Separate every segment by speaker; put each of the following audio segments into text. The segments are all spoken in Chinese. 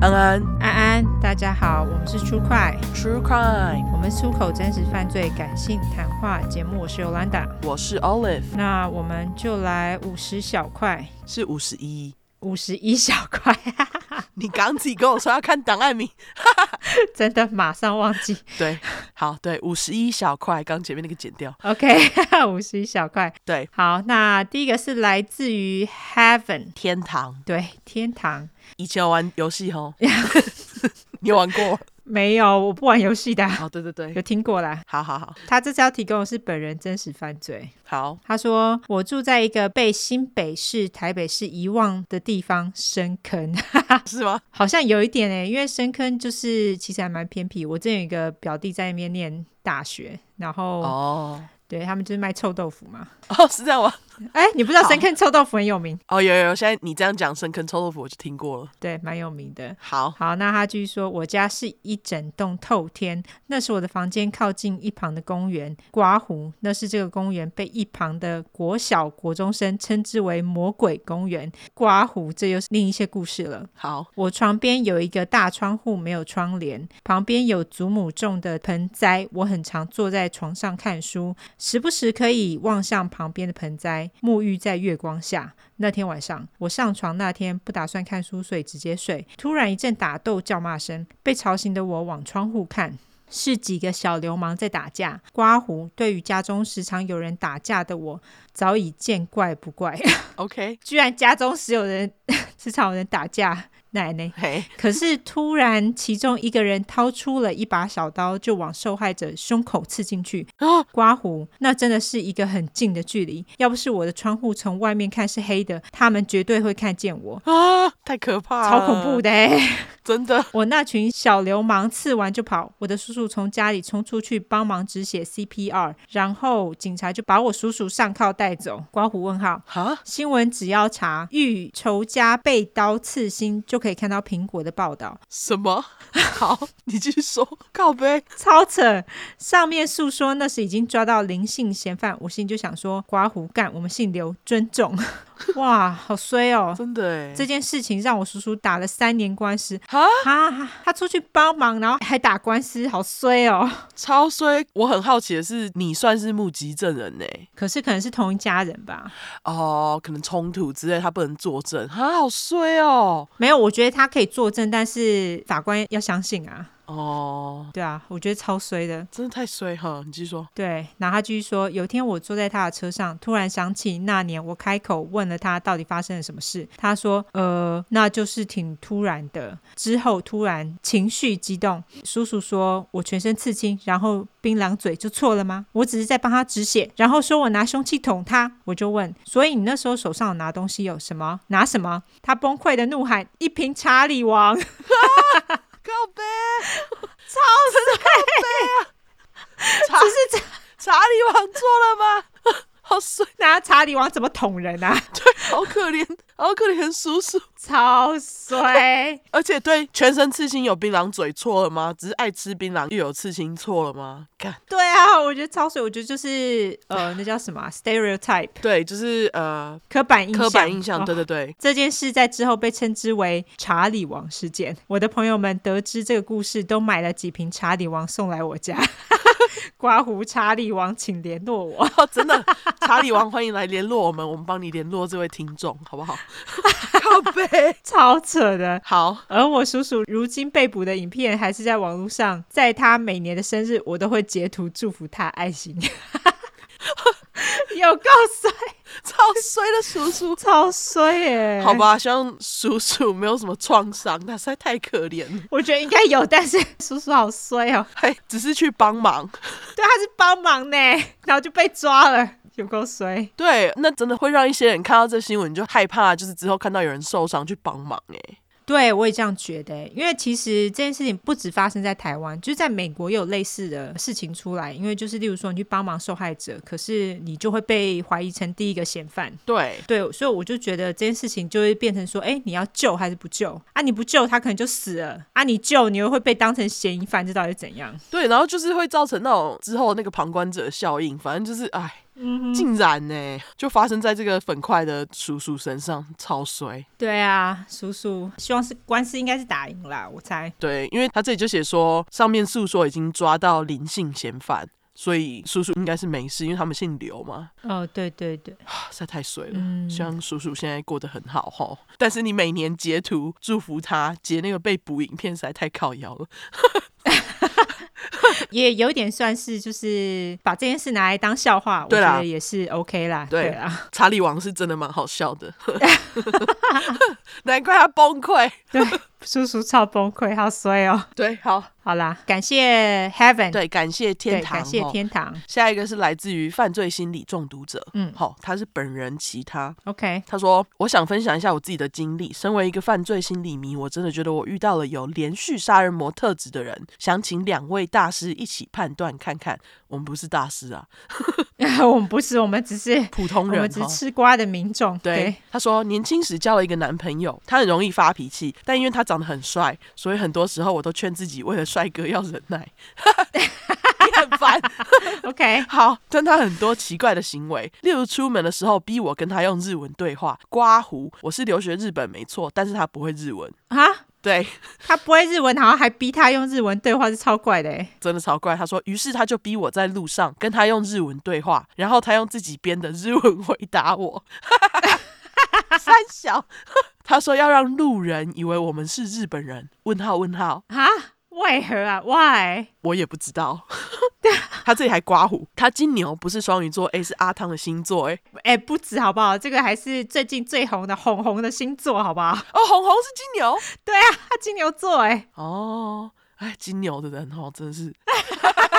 Speaker 1: 安安
Speaker 2: 安安，大家好，我们是出快，
Speaker 1: True Crime，
Speaker 2: 我们出口真实犯罪感性谈话节目，我是 Yolanda。
Speaker 1: 我是 Olive，
Speaker 2: 那我们就来五十小块，
Speaker 1: 是五十一。
Speaker 2: 五十一小块，
Speaker 1: 你刚刚自己跟我说要看档案名，
Speaker 2: 真的马上忘记。
Speaker 1: 对，好，对，五十一小块，刚前面那个剪掉。
Speaker 2: OK，五 十一小块。
Speaker 1: 对，
Speaker 2: 好，那第一个是来自于 Heaven，
Speaker 1: 天堂，
Speaker 2: 对，天堂。
Speaker 1: 以前有玩游戏吼， 你有玩过？
Speaker 2: 没有，我不玩游戏的，
Speaker 1: 哦，对对对，
Speaker 2: 有听过啦。
Speaker 1: 好好好
Speaker 2: 他这次要提供的是本人真实犯罪。
Speaker 1: 好，
Speaker 2: 他说：“我住在一个被新北市、台北市遗忘的地方深坑，
Speaker 1: 是吗？
Speaker 2: 好像有一点诶、因为深坑就是其实还蛮偏僻。我之前有一个表弟在那边念大学，然后、
Speaker 1: 哦
Speaker 2: 对他们就是卖臭豆腐嘛。
Speaker 1: 哦，是这样吗？
Speaker 2: 哎、你不知道
Speaker 1: 好
Speaker 2: 深坑臭豆腐很有名？
Speaker 1: 哦，有有有，现在你这样讲生坑臭豆腐，我就听过了。
Speaker 2: 对，蛮有名的。”
Speaker 1: 好，
Speaker 2: 好，那他继续说，我家是一整栋透天，那是我的房间靠近一旁的公园刮湖，那是这个公园被一旁的国小国中生称之为魔鬼公园。刮湖，这又是另一些故事了。
Speaker 1: 好，
Speaker 2: 我床边有一个大窗户，没有窗帘，旁边有祖母种的盆栽，我很常坐在床上看书，时不时可以望向旁边的盆栽，沐浴在月光下。那天晚上，我上床那天不打算看书，所以直接睡。突然一阵打斗叫骂声，被吵醒的我往窗户看。是几个小流氓在打架。刮胡对于家中时常有人打架的我，早已见怪不怪。
Speaker 1: ，OK，
Speaker 2: 居然家中时有人 时常有人打架，奶奶。
Speaker 1: 嘿，
Speaker 2: 可是突然，其中一个人掏出了一把小刀，就往受害者胸口刺进去。
Speaker 1: 啊
Speaker 2: 刮胡，那真的是一个很近的距离。要不是我的窗户从外面看是黑的，他们绝对会看见我，
Speaker 1: 啊，太可怕了，
Speaker 2: 超恐怖
Speaker 1: 的，
Speaker 2: 的、欸。
Speaker 1: 真的，
Speaker 2: 我那群小流氓刺完就跑，我的叔叔从家里冲出去帮忙止血 CPR，然后警察就把我叔叔上铐带走。刮胡问号。
Speaker 1: 哈，
Speaker 2: 新闻只要查欲仇家被刀刺心，就可以看到苹果的报道。
Speaker 1: 什么？ 好，你继续说，告呗。
Speaker 2: 超扯！上面诉说那是已经抓到林姓嫌犯，我心里就想说，刮胡干，我们姓刘，尊重。 哇，好衰哦！
Speaker 1: 真的哎，
Speaker 2: 这件事情让我叔叔打了三年官司，
Speaker 1: 哈
Speaker 2: 哈，他出去帮忙，然后还打官司，好衰哦！
Speaker 1: 超衰！我很好奇的是，你算是目击证人欸呢、
Speaker 2: 可是可能是同一家人吧？
Speaker 1: 哦，可能冲突之类，他不能作证，啊，好衰哦。
Speaker 2: 没有，我觉得他可以作证，但是法官要相信啊。
Speaker 1: 哦，
Speaker 2: 对啊，我觉得超衰的。
Speaker 1: 真的太衰哈！你继续说。
Speaker 2: 对，然后他继续说，有一天我坐在他的车上，突然想起那年我开口问了他到底发生了什么事，他说，呃，那就是挺突然的。之后突然情绪激动，叔叔说我全身刺青，然后槟榔嘴就错了吗？我只是在帮他止血，然后说我拿凶器捅他，我就问，所以你那时候手上有拿东西有什么？拿什么？他崩溃的怒喊，一瓶查理王。
Speaker 1: 告 呗，超衰啊！查查理王做了吗？ 好衰，
Speaker 2: 拿查理王怎么捅人啊？
Speaker 1: 好可怜，好可怜，叔叔。
Speaker 2: 超衰。
Speaker 1: 而且对全身刺青有槟榔嘴错了吗？只是爱吃槟榔又有刺青错了吗？干，
Speaker 2: 对啊，我觉得超水，我觉得就是 呃，那叫什么啊、stereotype
Speaker 1: 对，就是呃，
Speaker 2: 刻板印象。
Speaker 1: 刻板印象，
Speaker 2: 哦
Speaker 1: 对对对，
Speaker 2: 这件事在之后被称之为“查理王事件”。我的朋友们得知这个故事，都买了几瓶查理王送来我家。 刮胡查理王，请联络我。
Speaker 1: 哦，真的，查理王欢迎来联络我们，我们帮你联络这位听众，好不好？ 靠背，
Speaker 2: 超扯的，
Speaker 1: 好，
Speaker 2: 而我叔叔如今被捕的影片还是在网络上，在他每年的生日，我都会截图祝福他爱心。 有够衰，
Speaker 1: 超衰的叔叔，
Speaker 2: 超衰耶、
Speaker 1: 好吧，希望叔叔没有什么创伤，他实在太可怜了，
Speaker 2: 我觉得应该有，但是 叔叔好衰哦，
Speaker 1: 还只是去帮忙，
Speaker 2: 对，他是帮忙呢，然后就被抓了，有够衰。
Speaker 1: 对，那真的会让一些人看到这新闻就害怕，就是之后看到有人受伤去帮忙、欸，
Speaker 2: 对，我也这样觉得，因为其实这件事情不止发生在台湾，就是在美国也有类似的事情出来。因为就是例如说，你去帮忙受害者，可是你就会被怀疑成第一个嫌犯。
Speaker 1: 对，
Speaker 2: 对，所以我就觉得这件事情就会变成说，哎，你要救还是不救啊？你不救他可能就死了啊，你救你又会被当成嫌疑犯，这到底是怎样？
Speaker 1: 对，然后就是会造成那种之后那个旁观者效应，反正就是，哎，
Speaker 2: 嗯哼，
Speaker 1: 竟然呢、就发生在这个粉块的叔叔身上，超衰。
Speaker 2: 对啊，叔叔，希望是官司应该是打赢啦，我猜。
Speaker 1: 对，因为他这里就写说，上面诉说已经抓到林姓嫌犯，所以叔叔应该是没事，因为他们姓刘嘛，
Speaker 2: 哦，对对对，
Speaker 1: 啊实在太衰了。
Speaker 2: 嗯，
Speaker 1: 希望叔叔现在过得很好吼，但是你每年截图祝福他，截那个被捕影片实在太靠腰了。
Speaker 2: 也有点算是就是把这件事拿来当笑话，我
Speaker 1: 对啦
Speaker 2: 觉得也是 OK 啦。
Speaker 1: 对
Speaker 2: 对啊，
Speaker 1: 查理王是真的蛮好笑的， 难怪他崩溃。
Speaker 2: 叔叔超崩溃，好衰哦。
Speaker 1: 对，好，
Speaker 2: 好啦，感谢 Heaven，
Speaker 1: 对，感谢
Speaker 2: 对，
Speaker 1: 天堂，哦
Speaker 2: 感谢
Speaker 1: 吼。
Speaker 2: 天堂。
Speaker 1: 下一个是来自于犯罪心理中毒者，
Speaker 2: 嗯
Speaker 1: 好、他是本人其他，
Speaker 2: OK，
Speaker 1: 他说：“我想分享一下我自己的经历。身为一个犯罪心理迷，我真的觉得我遇到了有连续杀人魔特质的人。想请两位大师一起判断看看。我们不是大师啊，
Speaker 2: 我们不是，我们只是
Speaker 1: 普
Speaker 2: 我
Speaker 1: 通人
Speaker 2: 们
Speaker 1: 哈。
Speaker 2: 只是吃瓜的民众。
Speaker 1: 哦对，他说年轻时交了一个男朋友，他很容易发脾气，但因为他长得很帅，所以很多时候我都劝自己为了帅哥要忍耐。 你很烦，
Speaker 2: 对，OK，
Speaker 1: 好，但他很多奇怪的行为，例如出门的时候逼我跟他用日文对话，刮胡。我是留学日本没错，但是他不会日文。
Speaker 2: 啊，
Speaker 1: 对，
Speaker 2: 他不会日文，然后还逼他用日文对话，是超怪的欸。
Speaker 1: 真的超怪。他说，于是他就逼我在路上跟他用日文对话，然后他用自己编的日文回答我。 三小，他说要让路人以为我们是日本人。问号问号，
Speaker 2: 啊，为何啊？Why？
Speaker 1: 我也不知道。 他这里还刮胡，他金牛不是双鱼座，诶，是阿汤的星座，诶。
Speaker 2: 哎、不止好不好？这个还是最近最红的红红的星座，好不好？
Speaker 1: 哦，红红是金牛，
Speaker 2: 对啊，他金牛座哎、
Speaker 1: 哦，哎，金牛的人哦，真的是，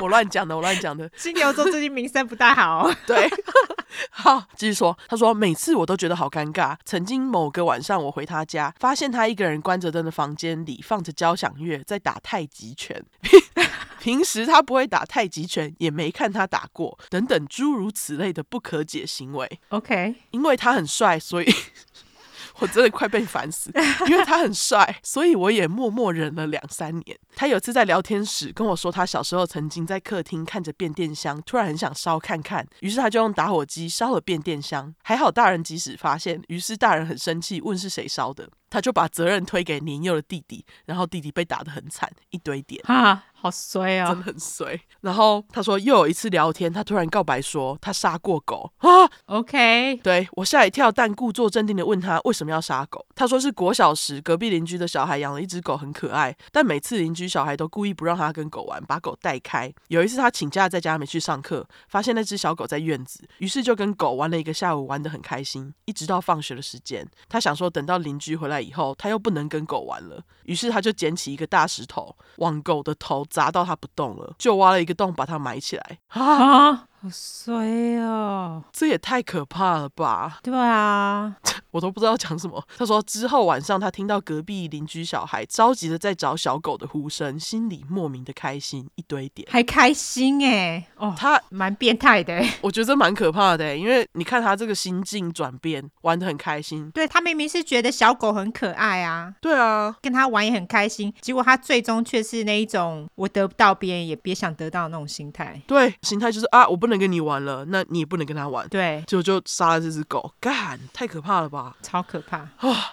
Speaker 1: 我乱讲的，我乱讲的。
Speaker 2: 金牛座最近名声不太好。
Speaker 1: 对， 好，继续说。他说每次我都觉得好尴尬。曾经某个晚上，我回他家，发现他一个人关着灯的房间里放着交响乐，在打太极拳。 平时他不会打太极拳，也没看他打过，等等诸如此类的不可解行为。
Speaker 2: OK，
Speaker 1: 因为他很帅，所以 我真的快被烦死。因为他很帅，所以我也默默忍了两三年。他有次在聊天室跟我说，他小时候曾经在客厅看着变电箱，突然很想烧看看，于是他就用打火机烧了变电箱。还好大人及时发现，于是大人很生气，问是谁烧的。他就把责任推给年幼的弟弟，然后弟弟被打得很惨，一堆点。
Speaker 2: 啊，好衰
Speaker 1: 真
Speaker 2: 哦
Speaker 1: 的。很衰。然后他说，又有一次聊天，他突然告白说他杀过狗啊，
Speaker 2: OK，
Speaker 1: 对我吓一跳，但故作镇定的问他为什么要杀狗。他说是国小时隔壁邻居的小孩养了一只狗，很可爱，但每次邻居小孩都故意不让他跟狗玩，把狗带开。有一次他请假在家没去上课，发现那只小狗在院子，于是就跟狗玩了一个下午，玩得很开心，一直到放学的时间。他想说等到邻居回来以后，他又不能跟狗玩了，于是他就捡起一个大石头，往狗的头砸到它不动了，就挖了一个洞把它埋起来。啊，
Speaker 2: 啊，好衰哦。
Speaker 1: 这也太可怕了吧！
Speaker 2: 对啊，
Speaker 1: 我都不知道讲什么。他说之后晚上，他听到隔壁邻居小孩着急的在找小狗的呼声，心里莫名的开心一堆点。
Speaker 2: 还开心哎、哦，
Speaker 1: 他
Speaker 2: 蛮变态的、欸。
Speaker 1: 我觉得这蛮可怕的欸，因为你看他这个心境转变，玩的很开心。
Speaker 2: 对他明明是觉得小狗很可爱啊，
Speaker 1: 对啊，
Speaker 2: 跟他玩也很开心，结果他最终却是那一种我得不到别人也别想得到的那种心态。
Speaker 1: 对，心态就是啊，我不能跟你玩了，那你也不能跟他玩。
Speaker 2: 对，
Speaker 1: 结果就杀了这只狗，干，太可怕了吧！
Speaker 2: 超可怕。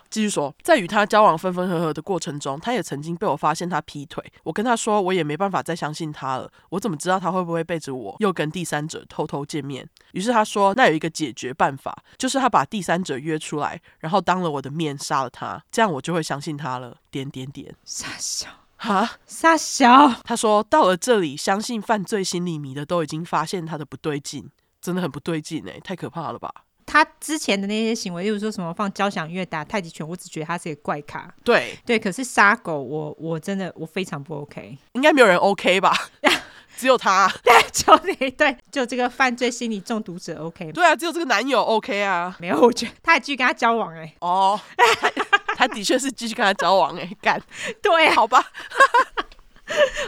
Speaker 1: 继续说，在与他交往分分合合的过程中，他也曾经被我发现他劈腿。我跟他说，我也没办法再相信他了。我怎么知道他会不会背着我又跟第三者偷偷见面？于是他说，那有一个解决办法，就是他把第三者约出来，然后当了我的面杀了他，这样我就会相信他了。点点点，
Speaker 2: 傻小，
Speaker 1: 哈。
Speaker 2: 傻小，
Speaker 1: 他说到了这里，相信犯罪心理迷的都已经发现他的不对劲，真的很不对劲哎、太可怕了吧？
Speaker 2: 他之前的那些行为，例如说什么放交响乐、打太极拳，我只觉得他是一个怪咖。
Speaker 1: 对，
Speaker 2: 对，可是杀狗，我我真的我非常不 OK。
Speaker 1: 应该没有人 OK 吧？ 只有他，
Speaker 2: 就你对，就这个犯罪心理中毒者 OK 吗？
Speaker 1: 对啊，只有这个男友 OK 啊。
Speaker 2: 没有，我觉得他还继续跟他交往哎、
Speaker 1: 哦，他他的确是继续跟他交往 哎、干
Speaker 2: 对啊
Speaker 1: 好吧，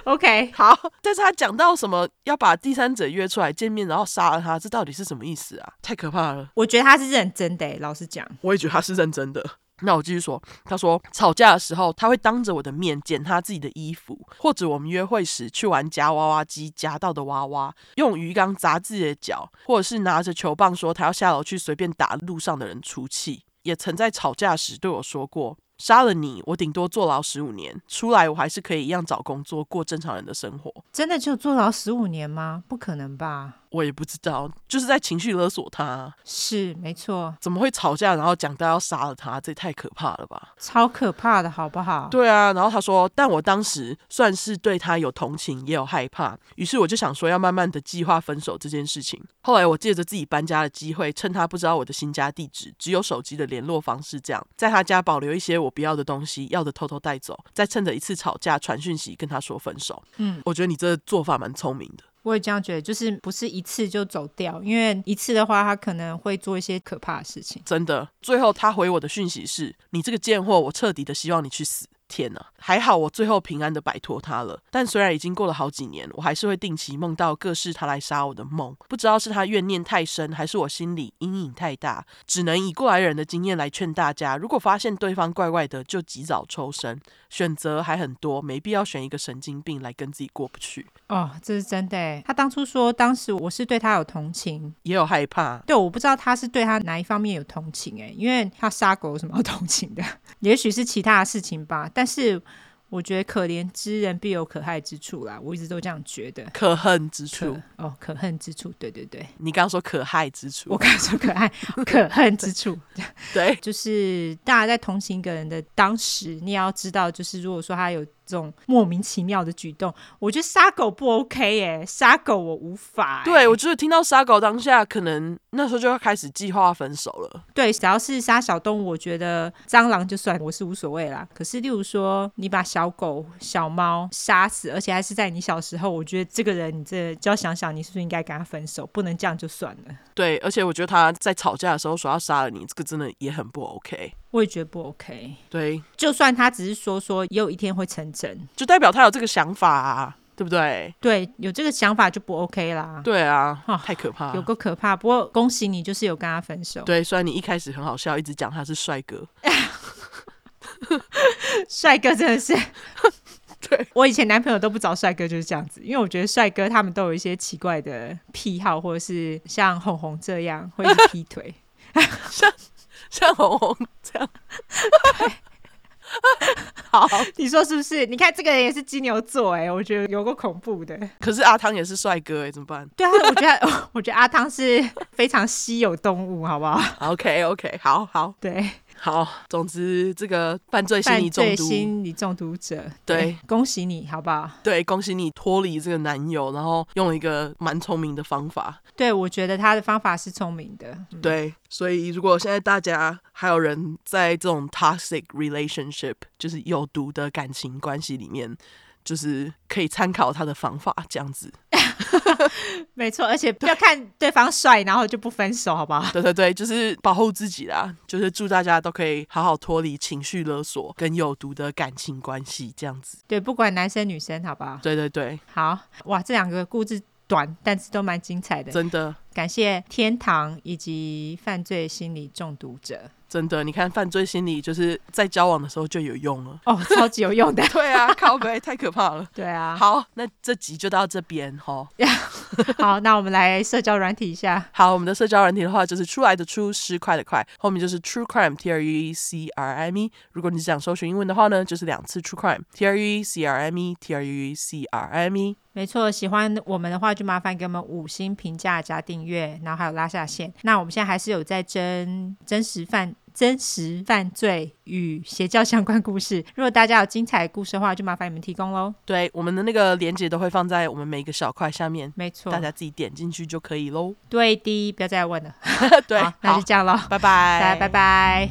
Speaker 2: ，OK，
Speaker 1: 好，但是他讲到什么要把第三者约出来见面，然后杀了他，这到底是什么意思啊？太可怕了！
Speaker 2: 我觉得他是认真的、欸，老实讲，
Speaker 1: 我也觉得他是认真的，那我继续说，他说吵架的时候，他会当着我的面剪他自己的衣服，或者我们约会时去玩夹娃娃机夹到的娃娃，用鱼缸砸自己的脚，或者是拿着球棒说他要下楼去随便打路上的人出气。也曾在吵架时对我说过，杀了你，我顶多坐牢十五年，出来我还是可以一样找工作，过正常人的生活。
Speaker 2: 真的就坐牢十五年吗？不可能吧？
Speaker 1: 我也不知道，就是在情绪勒索他，啊
Speaker 2: 是，没错，
Speaker 1: 怎么会吵架然后讲到要杀了他？这也太可怕了吧！
Speaker 2: 超可怕的，好不好？
Speaker 1: 对啊，然后他说，但我当时算是对他有同情，也有害怕，于是我就想说要慢慢的计划分手这件事情。后来我借着自己搬家的机会，趁他不知道我的新家地址，只有手机的联络方式，这样在他家保留一些我不要的东西，要的偷偷带走，再趁着一次吵架传讯息跟他说分手。
Speaker 2: 嗯，
Speaker 1: 我觉得你这做法蛮聪明的。
Speaker 2: 我也这样觉得，就是不是一次就走掉，因为一次的话，他可能会做一些可怕的事情。
Speaker 1: 真的。最后他回我的讯息是：“你这个贱货，我彻底的希望你去死。”天呐，还好我最后平安的摆脱他了。但虽然已经过了好几年，我还是会定期梦到各式他来杀我的梦。不知道是他怨念太深，还是我心里阴影太大。只能以过来人的经验来劝大家：如果发现对方怪怪的，就及早抽身。选择还很多，没必要选一个神经病来跟自己过不去，
Speaker 2: 哦，这是真的诶。他当初说，当时我是对他有同情，
Speaker 1: 也有害怕。
Speaker 2: 对，我不知道他是对他哪一方面有同情诶，因为他杀狗有什么好同情的？ 也许是其他的事情吧，但是我觉得可怜之人必有可爱之处啦，我一直都这样觉得。
Speaker 1: 可恨之
Speaker 2: 可
Speaker 1: 处，
Speaker 2: 哦，可恨之处，对对对，
Speaker 1: 你刚刚说可害之
Speaker 2: 我
Speaker 1: 处，
Speaker 2: 刚才说可爱， 可恨之处，
Speaker 1: 对，
Speaker 2: 就是大家在同情一个人的当时，你也要知道，就是如果说他有这种莫名其妙的举动，我觉得杀狗不 OK 耶、杀狗我无法、欸
Speaker 1: 对，我觉得听到杀狗当下，可能那时候就要开始计划分手了。
Speaker 2: 对，只要是杀小动物，我觉得蟑螂就算我是无所谓啦。可是，例如说你把小狗、小猫杀死，而且还是在你小时候，我觉得这个人你这就要想想，你是不是应该跟他分手，不能这样就算了。
Speaker 1: 对，而且我觉得他在吵架的时候说要杀了你，这个真的也很不 OK。
Speaker 2: 我也觉得不 OK。
Speaker 1: 对，
Speaker 2: 就算他只是说说，也有一天会成真。
Speaker 1: 就代表他有这个想法、啊，对不对？
Speaker 2: 对，有这个想法就不 OK 啦。
Speaker 1: 对啊
Speaker 2: 啊，
Speaker 1: 太可怕
Speaker 2: 有
Speaker 1: 了。
Speaker 2: 够可怕，不过恭喜你，就是有跟他分手。
Speaker 1: 对，虽然你一开始很好笑，一直讲他是帅哥，。
Speaker 2: 帅哥真的 是
Speaker 1: 对，
Speaker 2: 我以前男朋友都不找帅哥，就是这样子，因为我觉得帅哥他们都有一些奇怪的癖好，或者是像红红这样会一直劈腿。
Speaker 1: 像红红这样。好，
Speaker 2: 你说是不是？你看这个人也是金牛座、哎，我觉得有够恐怖的。
Speaker 1: 可是阿汤也是帅哥哎、怎么办
Speaker 2: 对啊，我觉得我觉得阿汤是非常稀有动物，好不好？
Speaker 1: ？OK OK，好好
Speaker 2: 对，
Speaker 1: 好，总之这个犯罪心
Speaker 2: 犯
Speaker 1: 理中
Speaker 2: 罪
Speaker 1: 毒，
Speaker 2: 心理中毒者，
Speaker 1: 对，
Speaker 2: 恭喜你，好不好？
Speaker 1: 对，恭喜你脱离这个男友，然后用了一个蛮聪明的方法。
Speaker 2: 对，我觉得他的方法是聪明的。嗯
Speaker 1: 对，所以如果现在大家还有人在这种 toxic relationship，就是有毒的感情关系里面，就是可以参考他的方法，这样子。
Speaker 2: 没错，而且不要看对方帅，然后就不分手，好不好？
Speaker 1: 对对对，就是保护自己啦，就是祝大家都可以好好脱离情绪勒索跟有毒的感情关系，这样子。
Speaker 2: 对，不管男生女生，好不好？
Speaker 1: 对对对，
Speaker 2: 好哇，这两个故事短，但是都蛮精彩的。
Speaker 1: 真的。
Speaker 2: 感谢天堂以及犯罪心理中毒者
Speaker 1: 真的，你看犯罪心理就是在交往的时候就有用了。。
Speaker 2: 哦，超级有用的
Speaker 1: 对啊，靠背太可怕了。
Speaker 2: 对啊，
Speaker 1: 好，那这集就到这边吼。
Speaker 2: 好，那我们来社交软体一下。
Speaker 1: 好，我们的社交软体的话，就是出来的出，失快的快，后面就是 True Crime T R U E C R I M E。如果你想搜寻英文的话呢，就是两次 True Crime T R U E C R I M E T R U E C R I M E。
Speaker 2: 没错，喜欢我们的话，就麻烦给我们五星评价加订阅，然后还有拉下线。那我们现在还是有在征真实犯。真实犯罪与邪教相关故事，如果大家有精彩的故事的话，就麻烦你们提供喽。
Speaker 1: 对，我们的那个链接都会放在我们每个小块下面，
Speaker 2: 没错
Speaker 1: 大，家自己点进去就可以喽。
Speaker 2: 对的，不要再问了。
Speaker 1: 对，
Speaker 2: 好那
Speaker 1: 好
Speaker 2: 就，这样喽，
Speaker 1: 拜拜，
Speaker 2: 大家拜。拜。